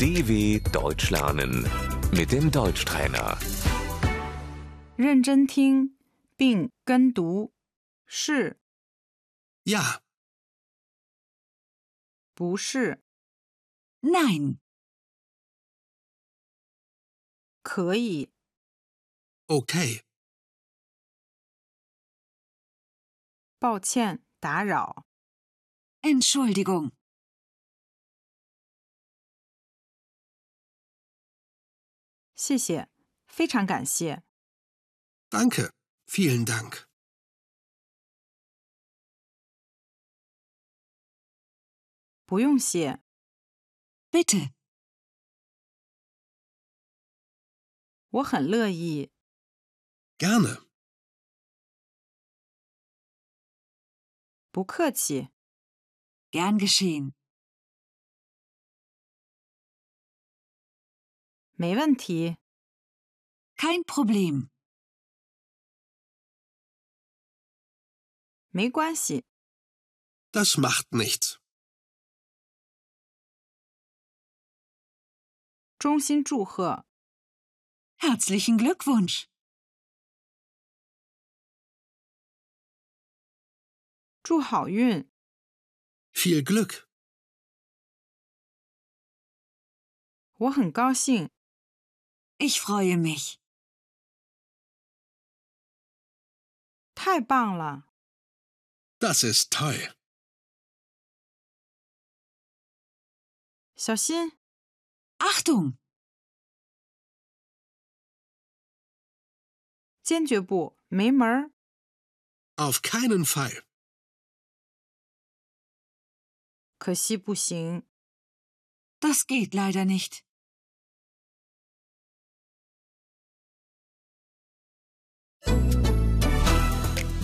DW Deutsch lernen mit dem Deutschtrainer. 认真听并跟读，是 Ja, 不是？ Nein, 可以， okay, 抱歉，打扰， Entschuldigung, 谢谢，非常感谢， danke, vielen Dank. 不用谢， bitte, 我很乐意， Gerne, 不客气， gern geschehen, 没问题， kein Problem, 没关系， das macht nichts. 衷心祝贺， herzlichen Glückwunsch, 祝好运， Viel Glück, 我很高兴， ich freue mich, 太棒了， das ist toll. 小心， Achtung, 坚决不，没门儿， Auf keinen Fall. 可惜不行， das geht leider nicht,